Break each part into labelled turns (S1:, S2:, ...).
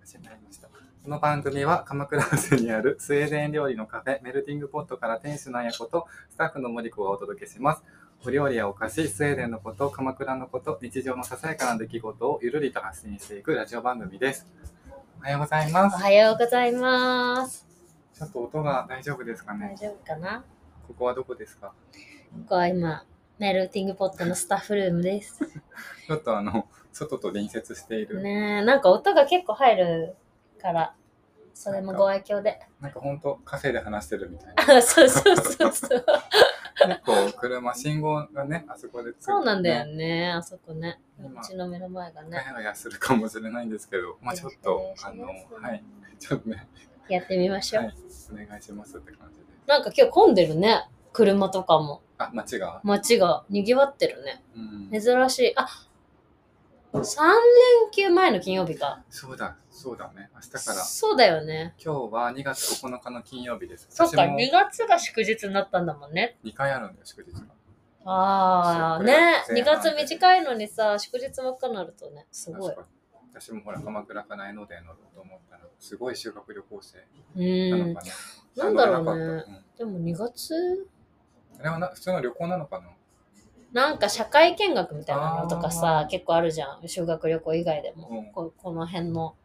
S1: 始まりました。この番組は鎌倉市にあるスウェーデン料理のカフェメルティングポットから店主のあやことスタッフの森子がお届けします。お料理やお菓子、スウェーデンのこと、鎌倉のこと、日常のささやかな出来事をゆるりと発信していくラジオ番組です。おはようございま
S2: お
S1: す。
S2: はようございます。
S1: ちょっと音が大丈夫ですか
S2: 大
S1: ね。
S2: 丈夫かな
S1: ここはどこですか
S2: ここは今、メルティングポットのスタッフルームです。
S1: ちょっとあの、外と隣接している。
S2: ねえ、なんか音が結構入るから、それもご愛嬌で。
S1: なんかほんとカフェで話してるみたいな。
S2: あ、そうそうそうそう。
S1: 結構車、信号がね、あそこでつ
S2: そうなんだよね、あそこね。うちの目の前が
S1: ガ
S2: ね。
S1: ヤガヤするかもしれないんですけど、まあちょっと、あの、はい、ちょっとね、
S2: やってみましょ
S1: は
S2: う。
S1: い、お願いしますって感じで。
S2: なんか今日混んでるね。車とかも。
S1: あ、間違う。
S2: 街が賑わってるね。
S1: うん、
S2: 珍しい。あ、3連休前の金曜日か。
S1: そうだ、そうだね。明日から、
S2: そうだよね。
S1: 今日は2月9日の金曜日です。
S2: そっか、
S1: 私も
S2: 2月が祝日になったんだもんね。
S1: 2回あるんだよ、祝日が。そ
S2: ああ、
S1: うこれが
S2: ね。
S1: 前
S2: 2
S1: 半で
S2: 月短いのにさ、祝日ばっかになるとね、すごい
S1: 確。かに。私もほら、鎌倉かなえので乗ろうと思ったら、すごい修学旅行生
S2: う
S1: なの
S2: ん。
S1: かね。
S2: なんだろうね
S1: 知らなかったうん
S2: でも2月
S1: あれはな普通の旅行なのかな
S2: なんか社会見学みたいなのとか
S1: あ
S2: さ
S1: ー、
S2: 結構あるじゃん。修学旅行以外でも。
S1: うん
S2: ここの辺の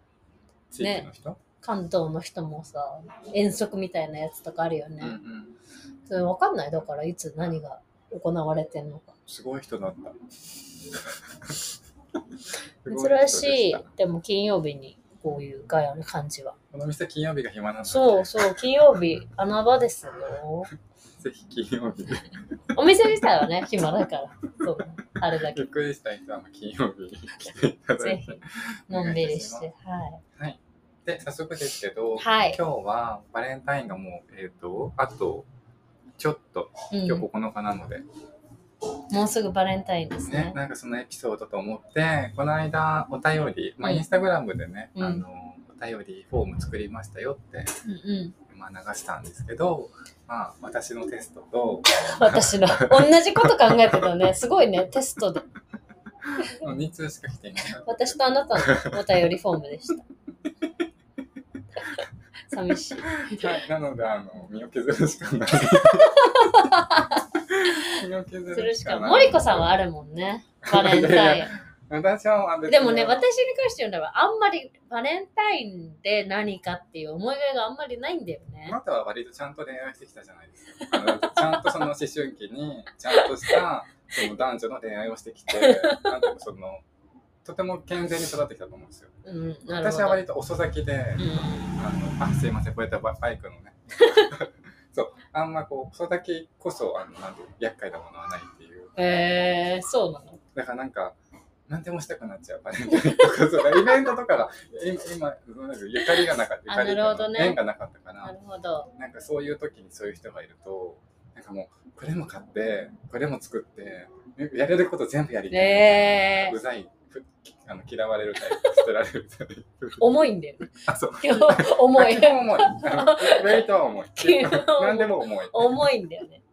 S1: 地域の人、
S2: 関東の人もさ、遠足みたいなやつとかあるよね。
S1: うんうん。
S2: それわかんない。だから、いつ何が行われてんのか。
S1: すごい人だった。すごい人で
S2: 珍しい
S1: た。
S2: でも金曜日にこういうガヤの感じは。
S1: この店金曜日が暇なんだ、ね、
S2: そうそう、金曜日、穴場ですよ。
S1: ぜひ金曜 日で。
S2: お店自体はね、暇だから、そうあれだ
S1: ゆっ
S2: け、
S1: くりしたい人は金曜日に来ていただ
S2: ぜ
S1: い
S2: ひ
S1: て。、
S2: のんびりして、は
S1: はい。で、早速ですけど、
S2: い。はい。
S1: 今日はバレンタインがもう、えっ、と、あと、ちょっと、
S2: う
S1: 今
S2: ん
S1: 日、9日なので、
S2: もうすぐバレンタインです
S1: ね
S2: ね、。
S1: なんかそのエピソードと思って、この間お便り、まあ
S2: うん
S1: インスタグラムでね、
S2: うん
S1: あの、お便りフォーム作りましたよって、
S2: うんうん。
S1: まあ流したんですけど、まあ私のテストと、
S2: 私の、同じこと考えてたね。すごいね、テストで。
S1: 2通しか来ていなかった。
S2: 私とあなたのお便りフォームでした。寂しい。
S1: はい、なので、あの、身を削るし かない。身を削
S2: す
S1: る
S2: る
S1: し
S2: し
S1: か
S2: か
S1: な。
S2: ないい、森子さんはあるもんね、バレンタイン。
S1: 私はあ別に
S2: でもね、私に関して言うんだら、あんまりバレンタインで何かっていう思いがいがあんまりないんだよ
S1: あ
S2: ね。
S1: なたは割とちゃんと恋愛してきたじゃないですか。あのちゃんとその思春期に、ちゃんとしたその男女の恋愛をしてき て、なんていうかその、とても健全に育ってきたと思うんですよ。
S2: うん、なるほど。
S1: 私は割と遅咲きで
S2: う、ん
S1: あのあすいません、こういったババイク のね。そう、あんまこう、遅咲きこそ、あの、なんていうか厄介なものはないっていう。
S2: えー、そうなの
S1: だからなんか、何でもしたくなっちゃう。バレンタインとか、そうイベントとかが、い今、なんかゆかりがなかった。
S2: あ
S1: ゆかりっていう
S2: なる
S1: の
S2: ほどね
S1: 縁がなかったか
S2: な
S1: ら
S2: る、ほど。
S1: なんかそういう時にそういう人がいると、なんかもう、これも買って、これも作って、やれること全部やりたい。
S2: え
S1: う
S2: ー、
S1: ざい。ふあの嫌われるタイプ、捨てられるタイプ。
S2: 重いんだよね。
S1: あ、そう。
S2: 重い
S1: 基。本重い。あのウェイトは重い。
S2: 基本重い
S1: 何でも重い。
S2: 重いんだよね。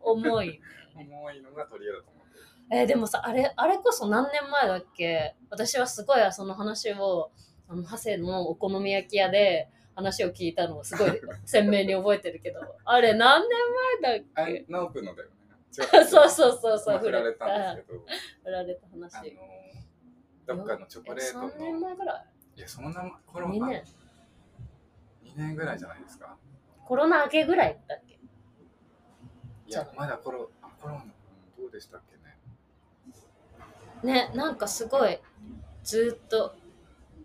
S2: 重い。
S1: 重いのが取り柄だと思う。
S2: えーでもさ、あれ、あれこそ何年前だっけ私はすごいその話を、あの、長谷のお好み焼き屋で話を聞いたのをすご い鮮明に覚えてるけど、あれ何年前だ
S1: あ
S2: っけ
S1: れ、ナオ君のだよね。違
S2: そうそうそうそう、
S1: まあ振られたんですけど。
S2: 振られた
S1: あの
S2: 話。
S1: どっかのチョコ
S2: え、
S1: レート
S2: 3年
S1: の
S2: 前ぐらい
S1: いやそんな頃は
S2: ?2 年
S1: 2年ぐらいじゃないですか
S2: コロナ明けぐらいだっけ
S1: い
S2: じゃ
S1: や
S2: ない
S1: まだコロあコロナうんどうでしたっけね
S2: ね、なんかすごい、ずーっと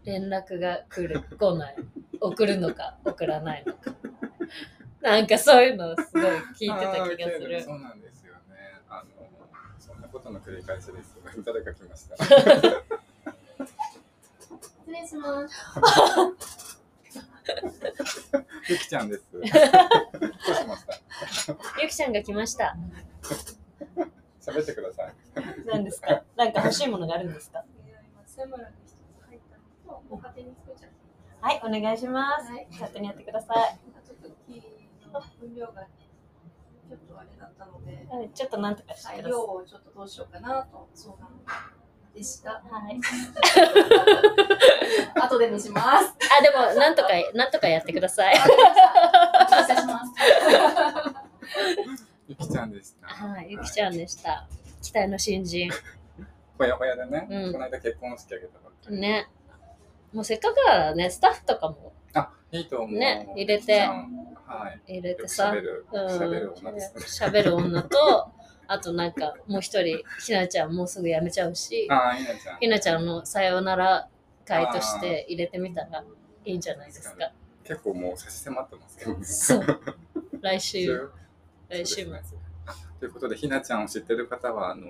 S2: 連絡が来る、来ない。送るのか、送らないのか。なんかそういうのをすごい聞いてた気が
S1: あ
S2: す
S1: ーけど
S2: る。
S1: そうなんですよねあのそんなことの繰り返しです誰か来ました
S2: 失礼します。
S1: ゆきちゃ んですどうしました
S2: ゆきちゃんが来ました。
S1: 喋ってください
S2: 何ですかなんか欲しいものがあるんですか
S3: セムラが一つ入ったのと、お勝手に作っちゃった。
S2: はい、お願いします。
S3: はい
S2: 勝手にやってください。
S3: あとクッキーの分量がちょっとあれだったので、
S2: ちょっとなんとかしてくだ
S3: 材
S2: さ
S3: 料
S2: い。
S3: をちょっとどうしようかなと相談でした。
S2: はい。
S3: 後でにします。
S2: あ、でも、なんとか、なんとかやってください。
S3: お願いいたします。
S1: ゆきちゃんでした。
S2: はい、ゆきちゃんでした。期待の新人。
S1: ほやほやでね、
S2: うん
S1: この間結婚式あげたばっかり。
S2: ね。もうせっかくだからね、スタッフとかも
S1: あ、いいと思う。
S2: ね入
S1: ゆ
S2: れて
S1: きちゃんはい。
S2: 入れ
S1: よ
S2: て
S1: く
S2: さ
S1: 喋。る、
S2: うん
S1: 喋る女ですね。
S2: 喋る女と、あとなんかもう一人、ひなちゃんもうすぐ辞めちゃうし、
S1: ああ、いいなちゃん。
S2: ひなちゃんのさよなら会として入れてみたらいいんじゃないですか。
S1: 結構もう差し迫ってますけどね。
S2: そう。来週、
S1: そう
S2: 来週末。
S1: そうですねあ ということで、ひなちゃんを知ってる方は、あの、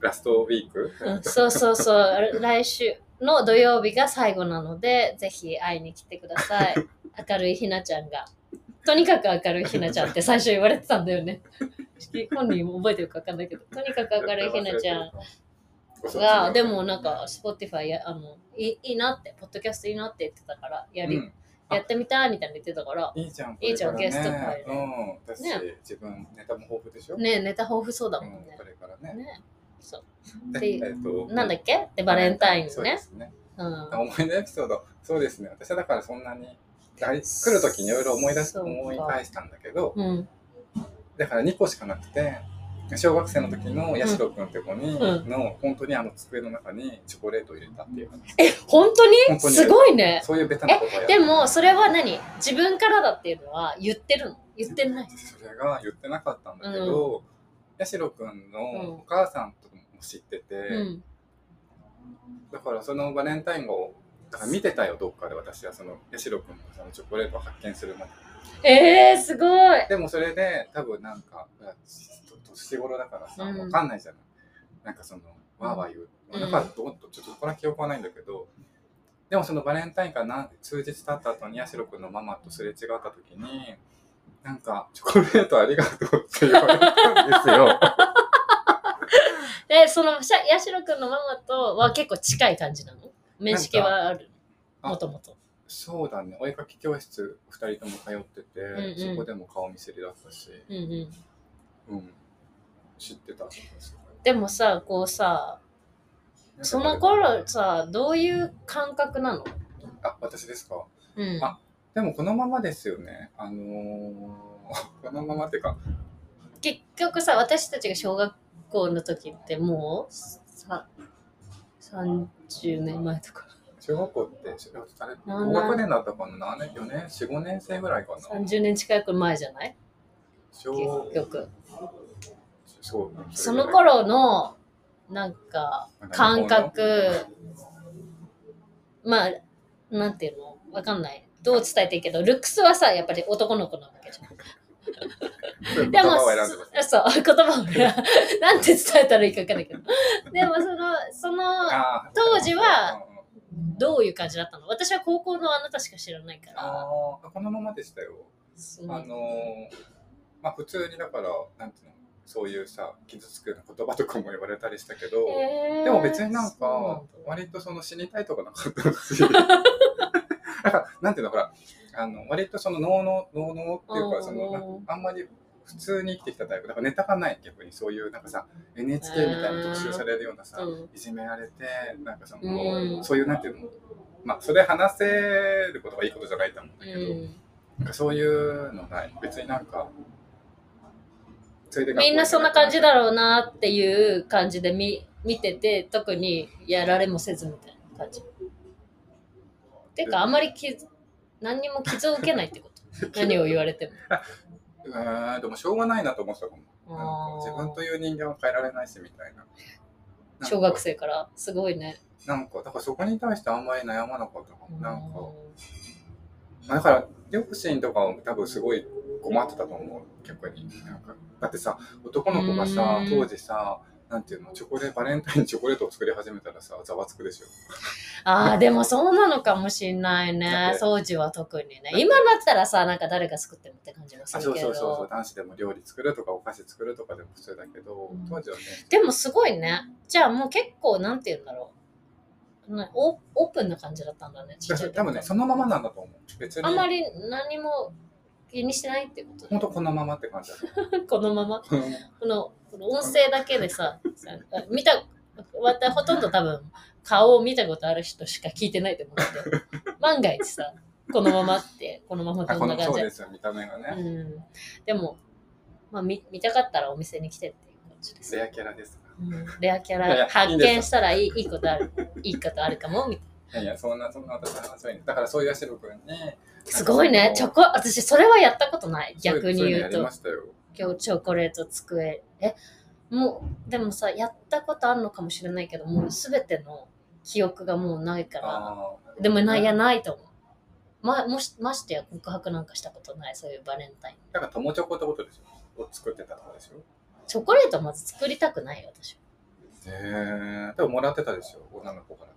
S1: ラストウィーク、
S2: うんそうそうそう、来週の土曜日が最後なので、ぜひ会いに来てくだ さい。明るいひなちゃんが。とにかく明るいひなちゃんって最初言われてたんだ よね。本人も覚えてるか分かんないけど、とにかく明るいひなちゃんが、でもなんか、Spotify やあのいいいなって、ポッドキャストいいなって言ってたから、やり、
S1: うん
S2: やってみたいみたいなの言ってたから、
S1: いいじゃん、
S2: いいじゃん
S1: これからね
S2: ゲスト会で
S1: うん、だし、
S2: ね
S1: 自分、ネタも豊富でしょ。
S2: ねえ、ネタ豊富そうだ
S1: う
S2: もん
S1: ん、
S2: ね
S1: こ。れからね。
S2: ねそ
S1: で
S2: で
S1: えっと
S2: うなんだっけで、バレンタイン
S1: そ
S2: の
S1: うで
S2: ね。
S1: すね。
S2: うん
S1: 思い出エピソード、そうですね。私はだからそんなに、来来るときにいろいろ思い出し、
S2: そうか
S1: 思い返したんだけど、
S2: うん。
S1: だから2個しかなくて、小学生の時のヤシロ君って子に、
S2: う
S1: の本当にあの机の中にチョコレートを入れたっていう話、
S2: え、本当
S1: 本
S2: に
S1: 当に
S2: すごいね。
S1: そういうベタなことはや
S2: でもそれは何自分からだっていうのは言ってるの言ってない
S1: それが言ってなかったんだけど、ヤシロ君のお母さんとかも知ってて、
S2: うん
S1: だからそのバレンタインをだから見てたよどっかで私はそのヤシロ君のそのチョコレートを発見するまで
S2: えー、すごい
S1: でもそれで多分なんかほら年頃だからさ
S2: うん
S1: わかんないじゃない、なんかそのわーわー言う、
S2: うん
S1: だからどうちょっとこれは記憶はないんだけどでもそのバレンタインから何数日経った後にヤシロ君のママとすれ違った時になんかチョコレートありがとうって言われたんです よ
S2: でそのしゃやしろくんのママとは結構近い感じなの面識はある
S1: あ
S2: もともと
S1: そうだねお絵かき教室2人とも通ってて、
S2: んうん
S1: そこでも顔見せりだったし、
S2: うんう
S1: う
S2: ん
S1: ん、知ってた
S2: でもさこうさその頃さどういう感覚なの
S1: あ私ですか
S2: うん
S1: あでもこのままですよねあのー、 このままっていうか
S2: 結局さ私たちが小学校の時ってもうさ30年前とか
S1: 中学校ってしあれ
S2: なん
S1: 高学年だったかな何年4年45年生ぐらいかな
S2: 30年近く前じゃない
S1: 小
S2: 結局
S1: そう
S2: その頃のなんか感覚まあなんていうのわかんないどう伝えていいけどルックスはさやっぱり男の子なわけじゃん
S1: でも
S2: でも
S1: 言葉を選んでます
S2: そう言葉を 選んなんて伝えたらいいかわかんないけどでもそのその
S1: あー
S2: 当時
S1: う
S2: は
S1: んうん
S2: どういう感じだったの私は高校のあなたしか知らないから
S1: あーこのままでしたよ
S2: そ
S1: あ
S2: の
S1: のー、まあ普通にだからなんていうのそういうさ傷つくような言葉とかも言われたりしたけど、
S2: えー
S1: でも別になんか
S2: そうなんだ
S1: 割とその死にたいとかなかった しなんかなんていうのほらあの割とその能の能能っていう
S2: う
S1: か
S2: ん
S1: そのなんかあんまり普通に生きてきたタイプだからネタがない逆にそういうなんかさ NHK みたいな特集されるようなさ、
S2: うん
S1: いじめられてなんかその、
S2: うん
S1: そういうなんていうのまあそれ話せることがいいことじゃないと思うんだけど、
S2: うん
S1: なんかそういうのない別になんか
S2: みんなそんな感じだ
S1: ろ
S2: ろうなっていう感じで見見てて特にやられもせずみたいな感じ。てかあんまり傷何にも傷を受けないってこ と何を言われても。
S1: うーんでもしょうがないなと思ってたかもなん
S2: あー
S1: か自分という人間は変えられないしみたいな。
S2: 小学生からすごいね。
S1: なんか、だからそこに対してあんまり悩まなかったかも。なんか、
S2: う
S1: まあだから、両親とかは多分すごい困ってたと思う、逆に。なんか、だってさ、男の子がさ
S2: う、ん
S1: 当時さ、なんていうの、チョコレート、バレンタインにチョコレートを作り始めたらさ、ざわつくでしょ。
S2: んああでもそうなのかもしんない
S1: だ
S2: ね
S1: って
S2: 掃除は特にね
S1: だって
S2: 今だったらさなんか誰が作ってもって感じがす
S1: あ
S2: る
S1: そう
S2: け
S1: そうそうそう、
S2: ど
S1: 男子でも料理作るとか、お菓子作るとかでも普通だけど、当時はね、
S2: でもすごいねじゃあもう結構なんて言うんだろうなオオープンな感じだったんだねち
S1: だ
S2: っ
S1: か
S2: ちゃ
S1: ら
S2: い時
S1: 多分ね、そのままなんだと思う。別に、
S2: あんまり何も気にしてないってこと
S1: ほんとこのままって感じだと思
S2: このまま
S1: う。
S2: このこの音声だけでささあ見たまたほとんど多分顔を見たことある人しか聞いてないと思うんで万が一さこのままってこのまま
S1: あ
S2: ど
S1: こ
S2: んな
S1: の
S2: 感
S1: そう
S2: じ
S1: ですよ見た目がね、
S2: うん、でも、まあ、見見たかったらお店に来てっていう感じです、
S1: レアキャラですか
S2: うんレアキャ
S1: いやいや
S2: ラ
S1: いい
S2: 発
S1: んですよ
S2: 見したらいいいいことあるいいことあるかもみた
S1: ら
S2: い
S1: いやいやそんなそんな私の話はいいんですだからそういう八代君に
S2: なすごいねチョコ私それはやったことない逆に
S1: そういう
S2: 言
S1: のや
S2: う
S1: り
S2: と
S1: ましたよ
S2: 今日チョコレート机えもうでもさやったことあるのかもしれないけどもう全ての記憶がもうないから
S1: あー
S2: でもないやないと思うまもしましてや告白なんかしたことないそういうバレンタイン
S1: だから友チョコってことでしょを作ってたとこでしょ
S2: チョコレートまず作りたくないよ私
S1: へ
S2: は
S1: えでももらってたでしょ女の子から
S2: い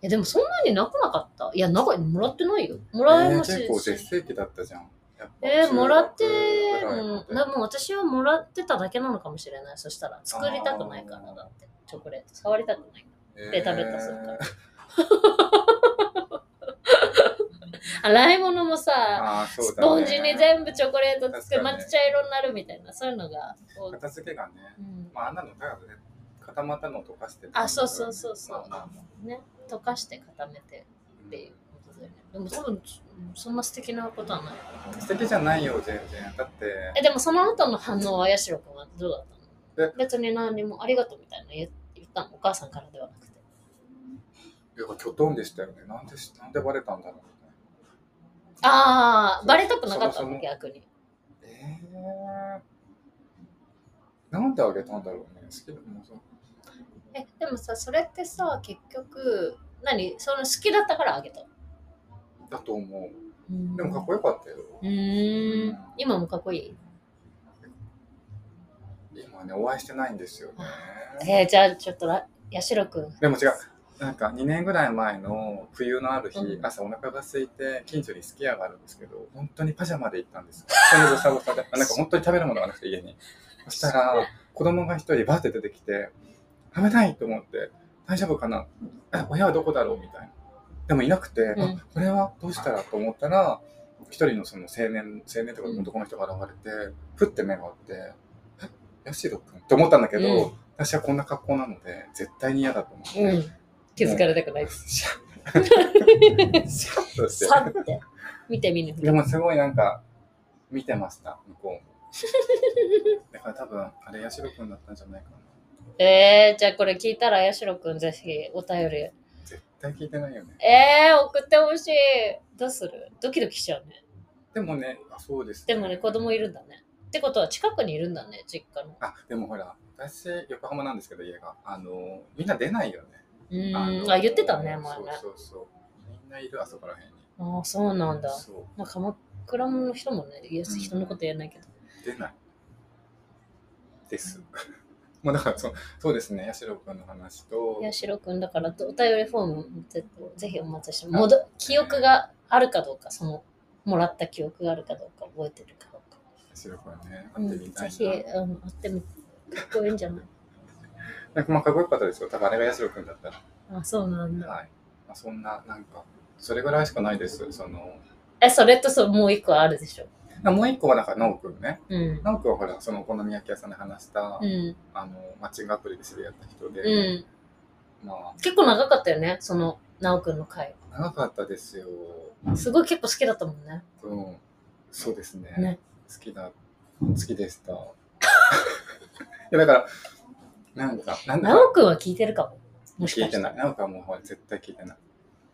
S2: やでもそんなになくなかったいやなんかもらってないよも
S1: も
S2: らえまし
S1: 結
S2: し
S1: 構絶世紀だったじゃんやっぱ
S2: えー、もらって
S1: 中学ぐらいま
S2: も
S1: で
S2: でも私はもらってただけなのかもしれないそしたら作りたくないから
S1: あー
S2: だってチョコレート触りたくないで食べたそうか
S1: えー
S2: 洗い物もさ
S1: あーそう
S2: ス
S1: だね
S2: ポンジに全部チョコレートつ
S1: 確
S2: く
S1: かに
S2: 抹茶色になるみたいなそういうのがこう、
S1: 片付けがね、
S2: うん、
S1: まあ、あんなのだからね固まったのを溶かしてる
S2: あそうそうそうそう
S1: まあまあまあ
S2: ね溶かして固めてっていうことだよねでも多分そんな素敵なことはない
S1: うん素敵じゃないよ全然だって
S2: えでもその後の反応は八代君はどうだった
S1: え
S2: の別に何にもありがとうみたいなの言う言ったのお母さんからではなくて
S1: いやきょとんでしたよねなんでしなんでバレたんだろうね
S2: ああバレたくなかった
S1: そもそ
S2: の
S1: も
S2: 逆に
S1: えー、なんであげたんだろうね好きだもんそう
S2: えでもさそれってさ結局何その好きだったからあげたの
S1: だと思う
S2: うん
S1: でもかっこよかったよ
S2: うーん今もかっこいい
S1: 今ねお会いしてないんですよね
S2: えー、じゃあちょっとら八代君
S1: でも違うなんか2年ぐらい前の冬のある日、
S2: うん
S1: 朝お腹が空いて近所にすき家があるんですけど本当にパジャマで行ったんですよそのボサボサであなんか本当に食べるものがなくて家にそしたら子供が一人バーって出てきて食べたいと思って大丈夫かなえ親はどこだろうみたいなでもいなくて、
S2: ん
S1: あこれはどうしたらと思ったら一人のその青年青年とか男の人が現れて、ふって目が合って「え八代君?」って思ったんだけど、
S2: うん
S1: 私はこんな格好なので絶対に嫌だと思って、
S2: うん気づかれたくないです
S1: シャッシャッとして
S2: さって見て見ぬふり
S1: でもすごいなんか見てました向こうもだから多分あれ八代君だったんじゃないかな
S2: えー、じゃあこれ聞いたら八代君ぜひお便り
S1: 絶対聞いてないよね
S2: えー、送ってほしいどうするドキドキしちゃうね
S1: でもねあそうです、
S2: でもね、子供いるんだね。ってことは近くにいるんだね、実家の。
S1: あでもほら私横浜なんですけど家があのみんな出ないよね
S2: う
S1: あ
S2: ーん、
S1: の
S2: あ、言ってたね、前
S1: そう
S2: ね。
S1: そうそうみんないるあそこら辺に
S2: ああ、そうなんだ。
S1: そう
S2: まあ、鎌倉の人もね、いや人のこと言えないけど。
S1: 出ないです。 もうだからそそうですね、八代君の話と、
S2: 八代くんだから、お便りフォームぜぜひお待ちして、戻記憶があるかどうか、その、もらった記憶があるかどうか、覚えてるかどうか。
S1: 八代君ね、
S2: う
S1: 会っ
S2: ん、
S1: て
S2: ぜ
S1: みたい
S2: ひ、
S1: な。
S2: うん、会ってみかっこいいんじゃない
S1: なんかまあかっこよかったですよ、多分あれが八代君だったら。
S2: あ、そうなんだ。
S1: はい。まあ、そんな、なんか、それぐらいしかないです。その、
S2: え、それとそう、もう一個あるでしょ。
S1: あもう一個はなんか、なおくんね。
S2: うん。
S1: なおくんはほら、そのお好み焼き屋さんで話した、
S2: うん。
S1: あの、マッチングアプリで知り合った人で、
S2: うん。
S1: ま
S2: 結構長かったよね、その、直くんの回。
S1: あ、長かったですよ。
S2: すごい結構好きだったもんね。
S1: うん。そうですね。
S2: ね
S1: 好きだ、好きでした。いや、だから、なんか、なんだ
S2: なおくんは聞いてるかも。もし
S1: 聞
S2: か
S1: い
S2: して
S1: な
S2: た
S1: い。なんかもうほら絶対聞いてない。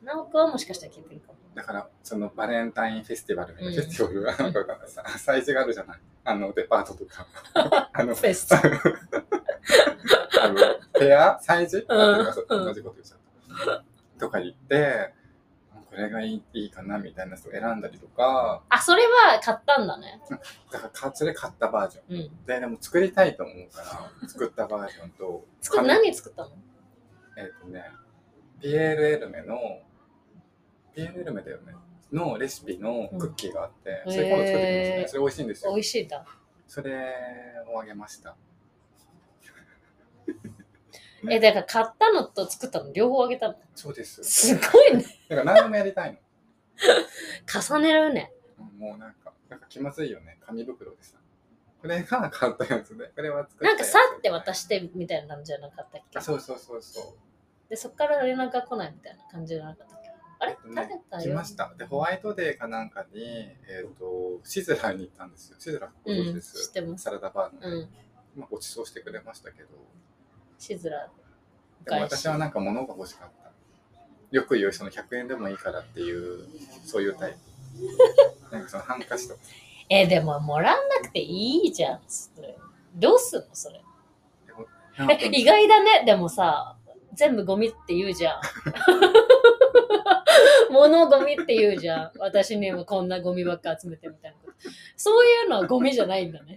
S2: ら。なおくんはもしかしたら聞いてるかも。
S1: だから、そのバレンタインフェスティバルみたいな、
S2: うん
S1: フェスティバルが なんかわかんないさ、催事があるじゃない。あの、デパートとか。あの、
S2: フェス。
S1: あのペア催事
S2: うん
S1: あてか同じこと言っちゃった。とか言って、これがいいいいかなみたいな人を選んだりとか、
S2: あ、それは買ったんだね。
S1: だからか、それ買ったバージョン。
S2: うん。
S1: で、でも作りたいと思うから、作ったバージョンと、
S2: 作っ
S1: 紙
S2: 何作ったの
S1: えっ、とね、ピエール・エルメの、ピエール・エルメだよね、のレシピのクッキーがあって、
S2: うん
S1: それ今度作ってきますね。
S2: へー
S1: それ美味しいんです
S2: 美
S1: よ。
S2: 味しいんだ。
S1: それをあげました。
S2: え、だから買ったのと作ったの両方あげたの。
S1: そうです。
S2: すごいね。
S1: だから何でもやりたい
S2: 重ねるね。
S1: の。もうなんか、なんか気まずいよね。紙袋でさ。これが買ったやつで、これは作ったや
S2: なん
S1: つ
S2: かさって渡してみたいな感じじゃなかったっけ
S1: あそうそうそうそ
S2: でそっから連絡が来ないみたいな感じじゃなかったっけあれ
S1: えっと
S2: 食
S1: ね
S2: べ
S1: う。
S2: た
S1: 来
S2: よ
S1: ました。で、ホワイトデーかなんかに、えっ、と、シズラに行ったんですよ。シズラ、ご
S2: う
S1: 存知
S2: ん
S1: で
S2: 知っ
S1: す。
S2: てます
S1: サラダバーの、
S2: うん
S1: まあ、ご馳走してくれましたけど、
S2: しずらお
S1: でも
S2: 返
S1: 私
S2: し
S1: はなんか物が欲しかった。よく言うその100円でもいいからっていう、そういうタイプ。 なんかそのハンカチとか。
S2: えでももらんなくていいじゃんそれどうすんのそれえ 意外だねでもさ全部ゴミって言うじゃん 物ゴミって言うじゃん私にもこんなゴミばっか集めてみたいなことそういうのはゴミじゃないんだね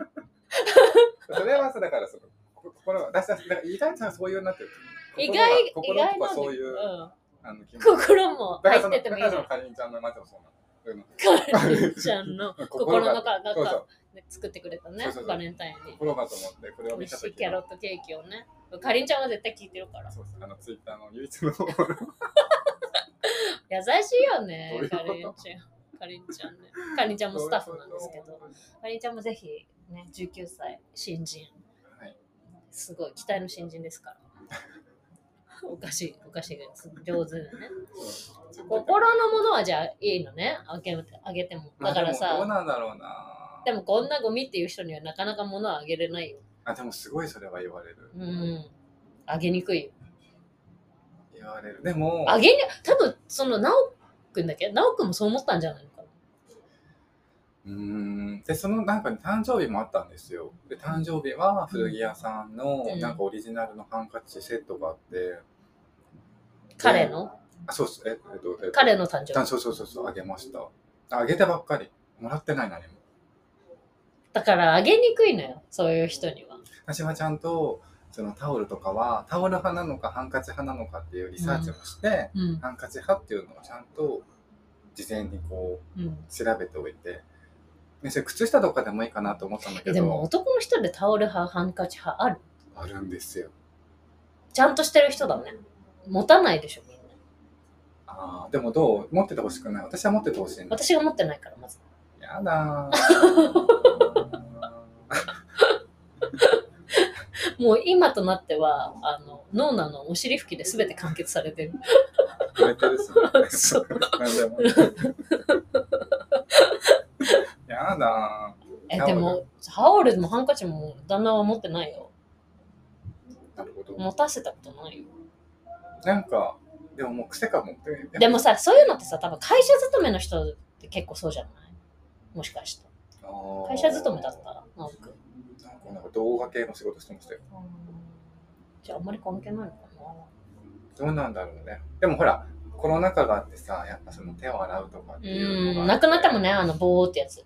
S1: それはさ、だからその、こ心は、私は、だから意外とさそういうなってる。
S2: 意外意
S1: 心は
S2: 外
S1: 心と
S2: な
S1: か
S2: ん
S1: そういう、
S2: うん、
S1: あの、気持ち
S2: 心も
S1: だか
S2: 入
S1: らそ
S2: っ
S1: の、
S2: て
S1: だ
S2: て
S1: か
S2: もいい
S1: ら
S2: じ
S1: そ
S2: ゃ
S1: の
S2: ん
S1: かりんちゃんのマジもそうなのそういうの。
S2: カレンちゃん の心の中
S1: そうそう
S2: で作ってくれた
S1: そう
S2: ね
S1: そうそう
S2: バレンタインに
S1: 心がと思って、これを
S2: 美
S1: 見
S2: 味
S1: た
S2: し
S1: と
S2: い
S1: き
S2: キャロットケーキをねかりんちゃんは絶対聞いてるから
S1: そうそう、あの、ツイッターの唯一の、
S2: 優しいよね
S1: どういうこ
S2: か
S1: と
S2: りんちゃんかりんちゃんねかりんちゃんもスタッフなんですけど
S1: は
S2: かりんちゃんもぜひね19歳新人
S1: い。
S2: すごい期待の新人ですから おかしいおかしいです上手だね心のものはじゃあいいのねあげてあげても
S1: まあ
S2: だからさ、
S1: でもどうなんだろうな。
S2: でもこんなゴミっていう人にはなかなか物はあげれないよ。
S1: あ、でもすごいそれは言われる。
S2: うん。あげにくいよ。
S1: 言われる。でも、
S2: あげに、多分その、なおくんだっけなおくんもそう思ったんじゃないのか
S1: うーんでそのなんかね誕生日もあったんですよで誕生日は古着屋さんの
S2: うん
S1: なんかオリジナルのハンカチセットがあって、
S2: 彼の
S1: あそうっすええっと、えっと、
S2: 彼の誕生
S1: 誕
S2: 日。
S1: そうそうそうそうあげましたああげたばっかりもらってない何も
S2: だから、あげにくいのよ。そういう人には。
S1: 私はちゃんとそのタオルとかはタオル派なのかハンカチ派なのかっていうリサーチもして、
S2: うん。
S1: ハンカチ派っていうのをちゃんと事前にこう
S2: うん。
S1: 調べておいてでそれ靴下とかでもいいかなと思ったんだけ
S2: え
S1: ど
S2: でも、男の人でタオル派、ハンカチ派ある。
S1: あるんですよ
S2: ちゃんとしてる人だね。持たないでしょ、みんな。
S1: あーでもどう持っててほしくない私は持っててほしいんだ
S2: 私が持ってないから、まず。
S1: や だー
S2: もう今となっては、あの、ノーナのお尻拭きで全て完結されてる。
S1: 売れてるしね
S2: そう
S1: なんでも やだ
S2: え、
S1: タオル
S2: でも、タオルもハンカチも旦那は持ってないよ。
S1: ーなるほど
S2: 持たせたことないよ。
S1: なんかでももう癖かもって
S2: でもさ、そういうのってさ、多分会社勤めの人って結構そうじゃないもしかして。会社勤めだったら、なんか。
S1: なんかなんか動画系の仕事してましたよ
S2: じゃあ、あんまり関係ないのか
S1: どうなんだろうねでもほらコロナ禍があってさやっぱその手を洗うとかって
S2: な。
S1: いうの
S2: う
S1: が
S2: ん、なくなってもね、あの棒ってやつ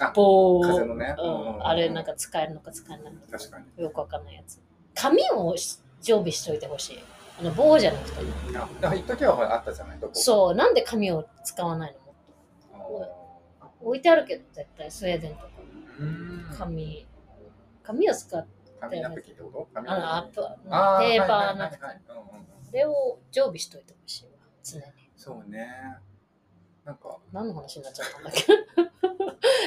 S1: あ。
S2: 棒。
S1: 風
S2: う
S1: のね、
S2: ん、あれなんか使えるのか使えないのか
S1: 確かに
S2: よくわかんないやつ。紙をし常備しといてほしい。あの棒じゃなくて。
S1: あだから一時はほらあったじゃないどこ
S2: そう、なんで紙を使わないのもっと
S1: あ
S2: 置いてあるけど、絶対スウェーデンとか。
S1: ーうん
S2: 紙。紙を使って、
S1: 紙ナプキンってこと紙
S2: あの、ア
S1: ナ
S2: ッ
S1: プ
S2: プ、
S1: キンあ
S2: ペーパ
S1: はいは
S2: ー
S1: いは
S2: ないくて。
S1: はいうんうんうん
S2: それを常備しといてほしいわ、常に。
S1: そうね。なんか、
S2: 何の話になっちゃったん だっけ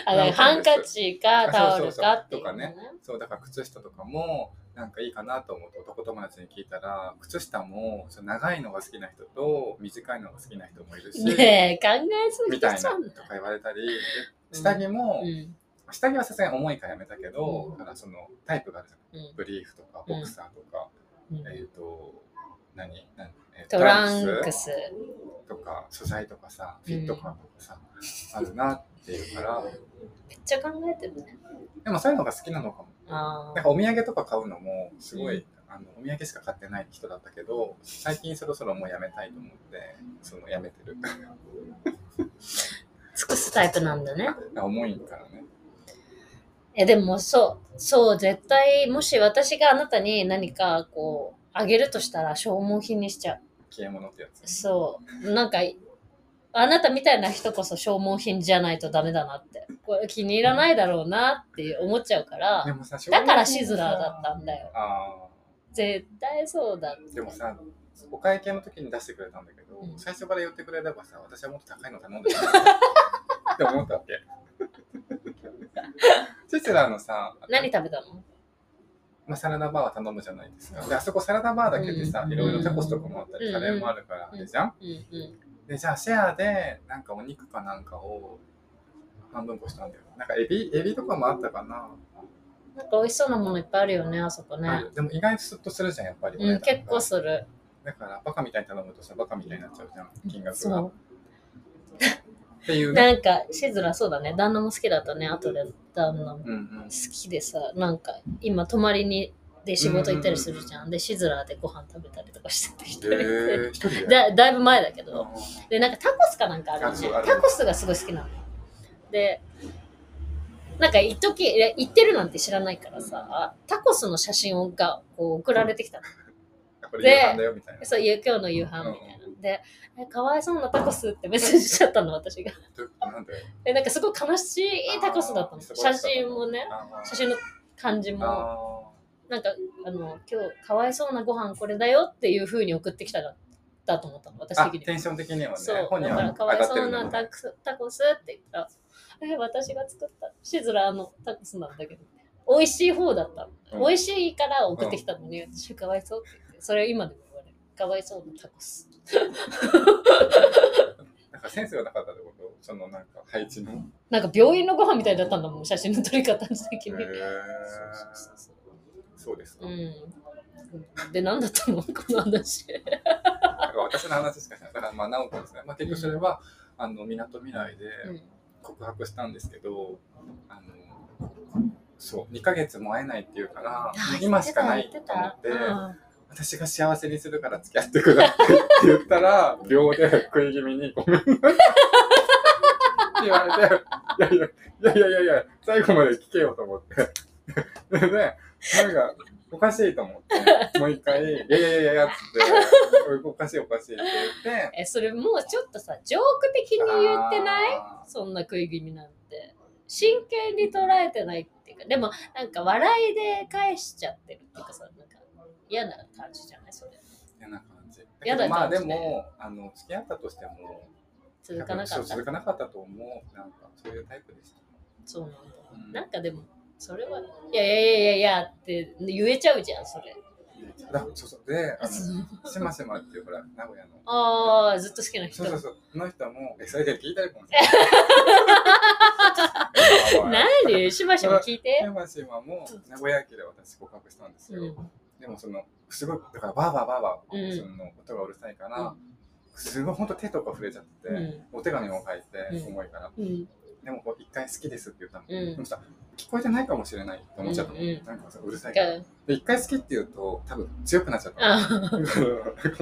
S2: あだからハンカチかタオルかっていう、
S1: あそうそうだから靴下とかも、なんかいいかなと思って男友達に聞いたら、靴下もその長いのが好きな人と短いのが好きな人もいるし、
S2: ねえ、考えすぎ
S1: み
S2: て
S1: たい
S2: ちゃ
S1: な
S2: うん
S1: とか言われたり、で下着も、
S2: うん
S1: 下着はさすがに重いからやめたけど、
S2: うん
S1: だからそのタイプがあるじゃん。
S2: うん
S1: ブリーフとかボクサーとか、
S2: うん
S1: えっ、と、何何、えー
S2: トランクス。
S1: とか素材とかさフィット感とかさ、あるなっていうから
S2: めっちゃ考えてるね。
S1: でもそういうのが好きなのかも
S2: あ
S1: なん
S2: あ。
S1: かお土産とか買うのもすごい、
S2: う
S1: あのお土産しか買ってない人だったけど最近そろそろもうやめたいと思ってそのやめてる
S2: 尽くすタイプなんだね。
S1: 重いからね
S2: え、でもそう、そう、絶対、もし私があなたに何かこう、あげるとしたら消耗品にしちゃう。
S1: 消え物ってやつ
S2: そう。なんか、あなたみたいな人こそ消耗品じゃないとダメだなって。これ気に入らないだろうなって思っちゃうから
S1: で、もさ
S2: だからシズラーだったんだよ。
S1: あ
S2: 絶対そうだ。
S1: ーでもさお会計の時に出してくれたんだけど、
S2: うん
S1: 最初から言ってくれればさ 私はもっと高いの頼んでたって思ったわけチェチェラのさ、
S2: 何食べたの
S1: まあ、サラダバーは頼むじゃないですか。で、あそこサラダバーだけでさ、
S2: うん
S1: いろいろタコスとかもあったり、
S2: うん
S1: カレーもあるから、あれじゃん
S2: うんうん。
S1: で、じゃあシェアで、なんかお肉かなんかを半分こしたんだよ。なんかエビ、エビとかもあったかな。
S2: なんか美味しそうなものいっぱいあるよね、あそこ
S1: あ
S2: ね。
S1: るでも意外とスッとするじゃん、やっぱりお
S2: う
S1: 値
S2: ん、
S1: 段が。
S2: 結構する。
S1: だから、バカみたいに頼むとさ、バカみたいになっちゃうじゃん、金額が。っ
S2: そ。
S1: ていううね。
S2: なんか、シズラそうだね。旦那も好きだったね、後で旦那も。
S1: うんうん
S2: 好。きでさ、なんか、今泊まりに、で仕事行ったりするじゃん。で、シズラでご飯食べたりとかしてて、一人で。
S1: えー、一人で。
S2: だだいぶ前だけ
S1: うんう
S2: ど
S1: ん。
S2: で、なんかタコスかなんかあるよ
S1: あ
S2: ね
S1: そうあ。る
S2: タコスがすごい好きなのよ。で、なんか一時いや行ってるなんて知らないからさ、タコスの写真をがこう送られてきたの。
S1: これ夕飯だよ、みたいな。
S2: そう、ゆ今日の夕飯みたいな。で、えかわいそうなタコスってメッセージしちゃったの、私が。
S1: どういうことなんだよ。
S2: で、なんかすごい悲しいタコスだった
S1: あー
S2: の。
S1: すごい
S2: 写真もね、
S1: あー
S2: 写真の感じも、
S1: あ
S2: なんか、あの、今日かわいそうなご飯これだよっていうふうに送ってきたかったと思ったの、私
S1: ーあ、
S2: 的
S1: テ
S2: に
S1: ン。ション的にはね、
S2: そう、
S1: 本
S2: だ
S1: 人
S2: から
S1: は
S2: かわいそ
S1: 当
S2: う
S1: たっ
S2: な
S1: てる
S2: タ
S1: んだ
S2: コスタコスって言ったら、え、私が作った、シズラのタコスなんだけど、美味しい方だったの。
S1: うん
S2: 美味しいから送ってきたのに、私かわいそうって言って、それ今でも言われる。かわいそうなタコス。
S1: なんかセンスがなかったってことそのなんか配置の。
S2: なんか病院のご飯みたいだったんだもん、写真の撮り方的に。
S1: へー
S2: そうそう
S1: そうですか。
S2: そううん。で、何だったの この話。
S1: なんか私の話しかしない。だからまあ、なおこですね。まあ、結局それは、あの、港未来で
S2: うん
S1: 告白したんですけど、あの、そう、2ヶ月も会えないっていうから、今しかないと思って、
S2: 言たうん
S1: 私が幸せにするから付き合ってくださいって言った ら、秒で食い気味に、ごめんなさい。って言われて、いやいや、いやいやいやいや、最後まで聞けよと思って。で、なんか、おかしいと思って、もう一回、いやいやいやいや、つって、おかしいおかしいって言って、
S2: え、それもうちょっとさ、ジョーク的に言ってない
S1: あ
S2: そんな食い気味なんて。真剣に捉えてないっていうか、でもなんか笑いで返しちゃってるっていうかさ、なんか嫌な感じじゃないそれ。
S1: ー嫌な感じ。だけ
S2: 嫌な
S1: どまあ
S2: 感じ
S1: で
S2: ね
S1: も、あの、付き合ったとしても、
S2: 続かなか
S1: そう
S2: った
S1: 続。かなかったと思う。なんか、そういうタイプでした。
S2: そうなんだ。
S1: うん
S2: なんかでも、それは、いやいやいやいやって言えちゃうじゃん、それ。
S1: だそうそう。で、あ
S2: そう
S1: の、しましまっていう、ほら、名古屋の。
S2: ああ、ずっと好きな人
S1: そう。そうそう。この人も、え、それで聞いたりもん。な
S2: 何しばしば聞いて。
S1: 山島も名古屋駅で私告白したんですよ。
S2: うん
S1: でもその、すごい、だからバーバーバーバ
S2: うん
S1: ー、その音がうるさいから、すごい本当手とか触れちゃって、
S2: うん
S1: お手紙も書いて、
S2: うん
S1: 重いから。
S2: うん
S1: でもこう、一回好きですって言ったの。
S2: うん
S1: でもさ、聞こえてないかもしれないと思っちゃったの。
S2: うんうん
S1: なんかさ、うるさいから。
S2: が
S1: で、一回好きって言うと、多分強くなっちゃったの。
S2: あ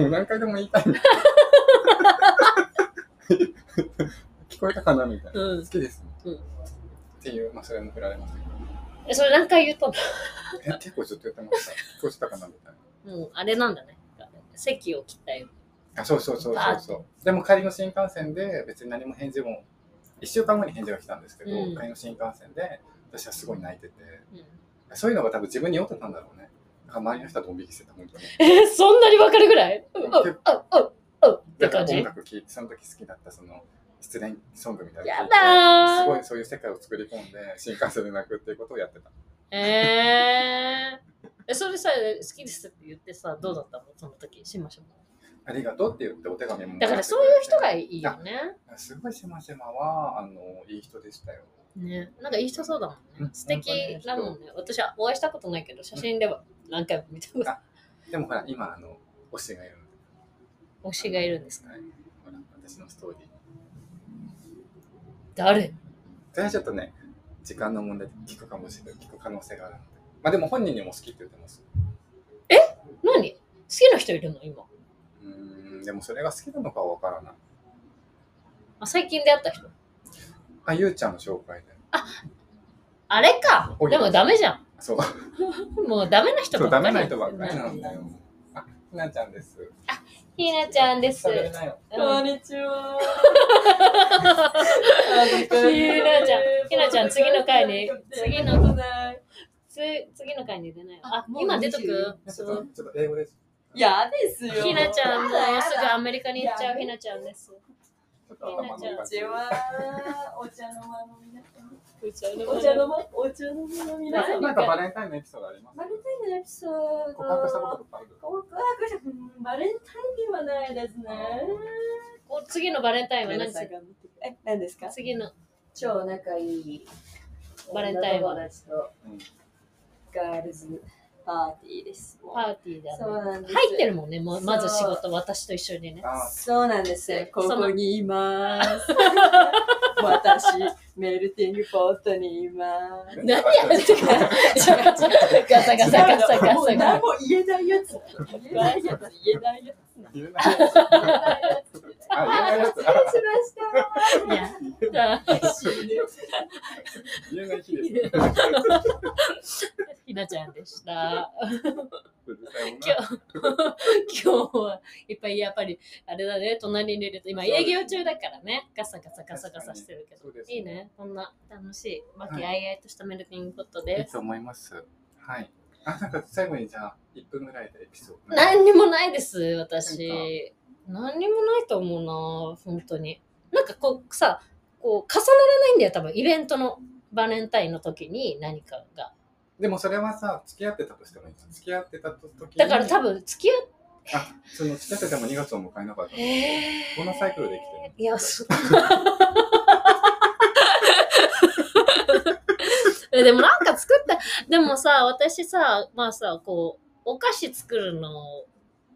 S1: もう何回でも言いたい みたいな聞こえたかなみたいな、
S2: うん
S1: 好きです、
S2: うん
S1: っていう、まあ、それも振られましたけ
S2: えそれ何回言ったの
S1: どえ結構ずっと言ってました聞こえてたかなみたい
S2: もうあれなんだね。席を切ったよ。
S1: なあそうそうそうそうそうでも帰りの新幹線で別に何も返事も1週間後に返事が来たんですけど、
S2: うん
S1: 帰りの新幹線で私はすごい泣いてて
S2: うん
S1: そういうのが多分自分に酔ってたんだろうねだから周りの人はドン引きしてた本当に
S2: えそんなにわかるぐらいうんうんうんうんって
S1: だか
S2: 感
S1: ら
S2: じ。
S1: 音
S2: や
S1: 楽聴いてその時好きだったその失恋ソングみたいなの聴いてす
S2: だ
S1: ご
S2: ー
S1: いそういう世界を作り込んで新幹線で泣くっていうことをやってた。
S2: えー、えそれさ、好きですって言ってさ、どうだったのその時、しましょう。
S1: ありがとうって言ってお手紙も
S2: だからそういう人が
S1: い
S2: いいよね。
S1: すごいしましまはあのいい人でしたよ。
S2: ね、なんかいい人そうだもん
S1: う
S2: ね
S1: ん。
S2: 素敵だもんね。私はお会いしたことないけど、写真では何回も見たこと
S1: あでもほら今あの推しがいるんで
S2: 推しがいるんです
S1: す
S2: か
S1: ね。ほら私のストーリー。
S2: 誰
S1: それはちょっとね時間の問題で聞くかもしれない聞く可能性があるので。まあでも本人にも好きって言ってます。
S2: 何好きな人いるの今。
S1: うーんでもそれが好きなのかはわからない。
S2: あ最近出会った人。
S1: あゆうちゃんの紹介で。
S2: あれか
S1: おい
S2: でもダメじゃん。
S1: そう
S2: もうダメな人
S1: そ
S2: ば
S1: う
S2: っか
S1: ダ
S2: り
S1: メな人ばっかりなんだよ。あひなちゃんです。
S2: ひなちゃんです。
S1: 喋れないよ。
S4: こんにちは。
S2: ひなちゃん、ひなちゃん、次の回に、次の、
S4: ね。
S2: つ次の回に出ない。あ
S4: あ、もう
S2: 今出とく
S1: ちょっとちょっと英語です。
S4: やですよ。
S2: ひなちゃん、もうすぐアメリカに行っちゃ
S4: や
S2: う
S4: だ
S2: ひなちゃんです。
S1: ちょっと頭の
S3: こん
S1: 中
S3: にちは。お茶の間の皆さん。
S2: お茶の
S3: お茶の間、お茶の間の皆さん。
S1: なんかバレンタインのエピソードあります
S3: バレンタインのエピソード。
S1: 告白したこととかある
S3: 告白したうんバレンタインはないですね。
S2: お次のバレンタインは何する
S3: え、何ですか
S2: 次の
S3: 超仲いい
S2: バレンタインは
S3: 女友達と
S1: うん
S3: ガールズパーティーです。
S2: パーティーだ、ね、
S3: そうなんです。
S2: 入って
S3: る。
S2: るもんねもう
S3: そう
S2: まず仕事私と一緒にね
S1: あ
S3: そうなんですよ。こ
S2: その
S3: こにい ます。私、メルティングポットにいます。
S2: 何やってるかガサガサガサガサ
S3: もう
S2: ガ
S3: 何
S2: サ
S3: も言えないやつ。言えないやつ、言えないやつ。
S1: 言えないやつ
S3: 言えないやつ。
S1: あ言えないやつ
S3: 失礼しまし
S2: い
S3: た。
S2: や
S1: 言えない日ですね
S2: ひなちゃんでした
S1: うるさいもんな
S2: 今日今日はいっぱいやっぱりあれだね隣にいると今営業中だからねガサガサガサガサしてるけ
S1: そう
S2: ど
S1: です
S2: いいねこんな楽しい和気あいあいとしたメルティングポット
S1: い
S2: で
S1: いと思いますはいあなんか最後にじゃあ1分ぐらいでエピソード
S2: 何にもないです私何にもないと思うな本当になんかこうさこう重ならないんだよ多分イベントのバレンタインの時に何かが
S1: でもそれはさ付き合ってたとしてもいいじゃん付き合ってた時に
S2: だから多分付き合っ
S1: あその付き合ってても2月を迎えなかったの
S2: て
S1: このサイクルで生きてる
S2: いやそ えでもなんか作ったでもさ私さまあさこうお菓子作るの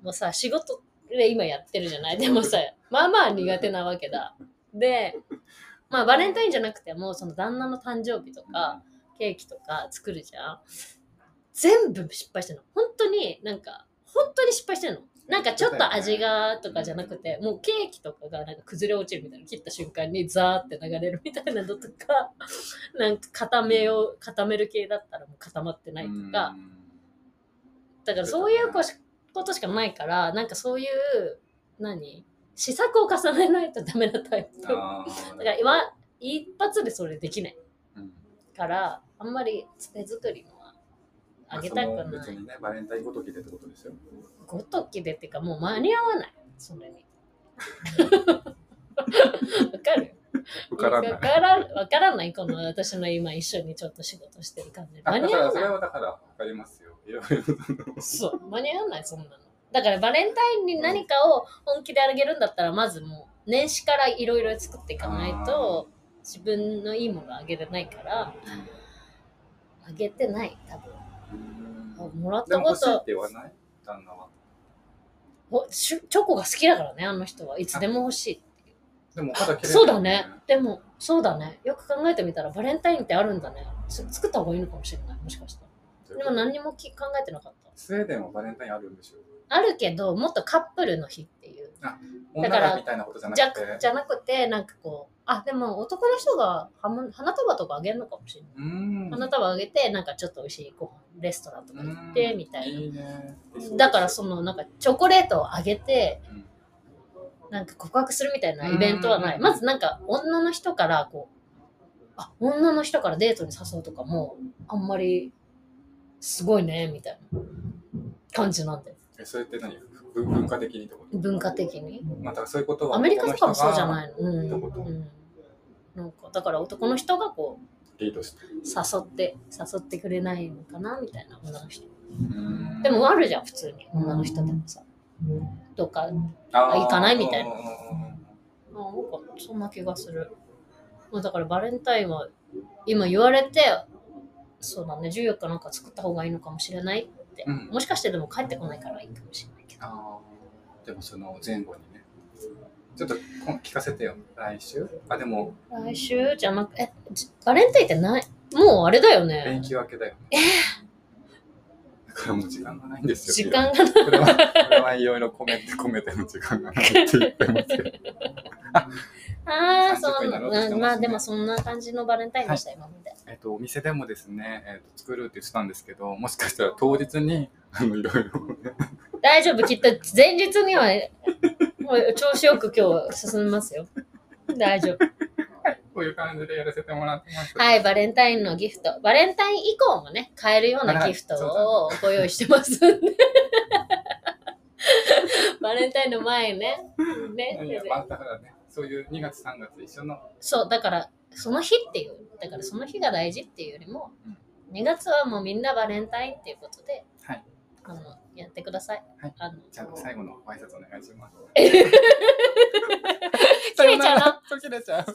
S2: もさ仕事で今やってるじゃないでもさまあまあ苦手なわけだでまあバレンタインじゃなくてもその旦那の誕生日とかケーキとか作るじゃん全部失敗してんの本当になんか本当に失敗してんのなんかちょっと味がとかじゃなくてもうケーキとかがなんか崩れ落ちるみたいな切った瞬間にザーって流れるみたいなのとか なんか固めを固める系だったらもう固まってないとかだからそういうこしことしかないからなんかそういう何試作を重ねないとダメなタイプ
S1: うん
S2: だか
S1: あー
S2: ら今一発でそれできない
S1: うん
S2: からあんまり手作りのはあげたく
S1: その
S2: な
S1: 別
S2: い
S1: にねバレンタインごときでってことですよ
S2: ごときでっていうかもう間に合わないそれ にわかる
S1: わからない
S2: わからわからないこの私の今一緒にちょっと仕事してる感じ間
S1: あだ
S2: に
S1: か
S2: 合
S1: ら
S2: わ
S1: そ
S2: ない
S1: れはだからわかりますよいろいろ
S2: そう、間に合わない、そんなの。だからバレンタインに何かを本気であげるんだったら、まずもう年始からいろいろ作っていかないと、自分のいいものあげれないから、あげてない、多分。もらっ
S1: で
S2: た
S1: も
S2: こ
S1: 欲しいって
S2: と、
S1: 言わない旦那は
S2: ほしゅチョコが好きだからね、あの人はいつでも欲しい。
S1: でも肌綺麗
S2: そうだね。でも、そうだね。よく考えてみたら、バレンタインってあるんだね。つ作った方がいいのかもしれない、もしかしたら。でも何にもき考えてなかった。
S1: スウェーデンはバレンタインあるんでしょ
S2: あるけど、もっとカップルの日っていう。
S1: 女
S2: だから
S1: がみたいなことじゃな
S2: じゃ
S1: くて
S2: じゃなくてなんかこうあでも男の人がはむ花束とかあげるのかもしれない、
S1: うーん
S2: 花束あげてなんかちょっと美味しいご飯レストランとか行ってみたい
S1: いいね
S2: なだからそのなんかチョコレートをあげて
S1: うん
S2: なんか告白するみたいなイベントはな
S1: う
S2: い
S1: ん
S2: まずなんか女の人からこうあ女の人からデートに誘うとかもあんまりすごいねみたいな感じなんで
S1: えそれって何文文化的にってこ
S2: 文化的に
S1: とまあだからそういうことは
S2: アメリカとかもそうじゃ
S1: い
S2: ないの、うん
S1: ってこと
S2: うんなんかだから男の人がこう
S1: リードして
S2: 誘って誘ってくれないのかなみたいな女の人
S1: で
S2: でもあるじゃん普通に女の人でもさとかあなん行かないみたいなかそんな気がするまあだからバレンタインは今言われてそうだね14日なんか作った方がいいのかもしれないって、
S1: うん
S2: もしかしてでも帰ってこないからいいかもしれないけど
S1: あーでもその前後にねちょっとこん聞かせてよ来週あでも
S2: 来週じゃなくえじバレンタインってないもうあれだよね
S1: 連休明けだよ、だからもう時間がないんですよ
S2: 時間が
S1: これはこれはいろいろ込めて込めての時間がないって言ってますけど
S2: ああ、
S1: 30
S2: そう
S1: 分になろうとしてますね
S2: うんまあでもそんな感じのバレンタインでした、今まで。
S1: えっとお店でもですね、えっと作るって言ってたんですけどもしかしたら当日にあのいろいろね
S2: 大丈夫、きっと前日には、もう調子よく今日進みますよ。大丈夫。
S1: こういう感じでやらせてもらってます
S2: はい、バレンタインのギフト。バレンタイン以降もね、買えるようなギフトをご用意してますんで。バレンタインの前ね。ね
S1: いやまあだからねそういう2月3月一緒の
S2: そう、だから、その日っていう、だからその日が大事っていうよりも、2月はもうみんなバレンタインっていうことで、
S1: はい
S2: あのやってください。
S1: はい
S2: あの
S1: じゃあ最後のご挨拶お願いします。
S2: 切れちゃうの
S1: う。切れちゃう。
S2: さよ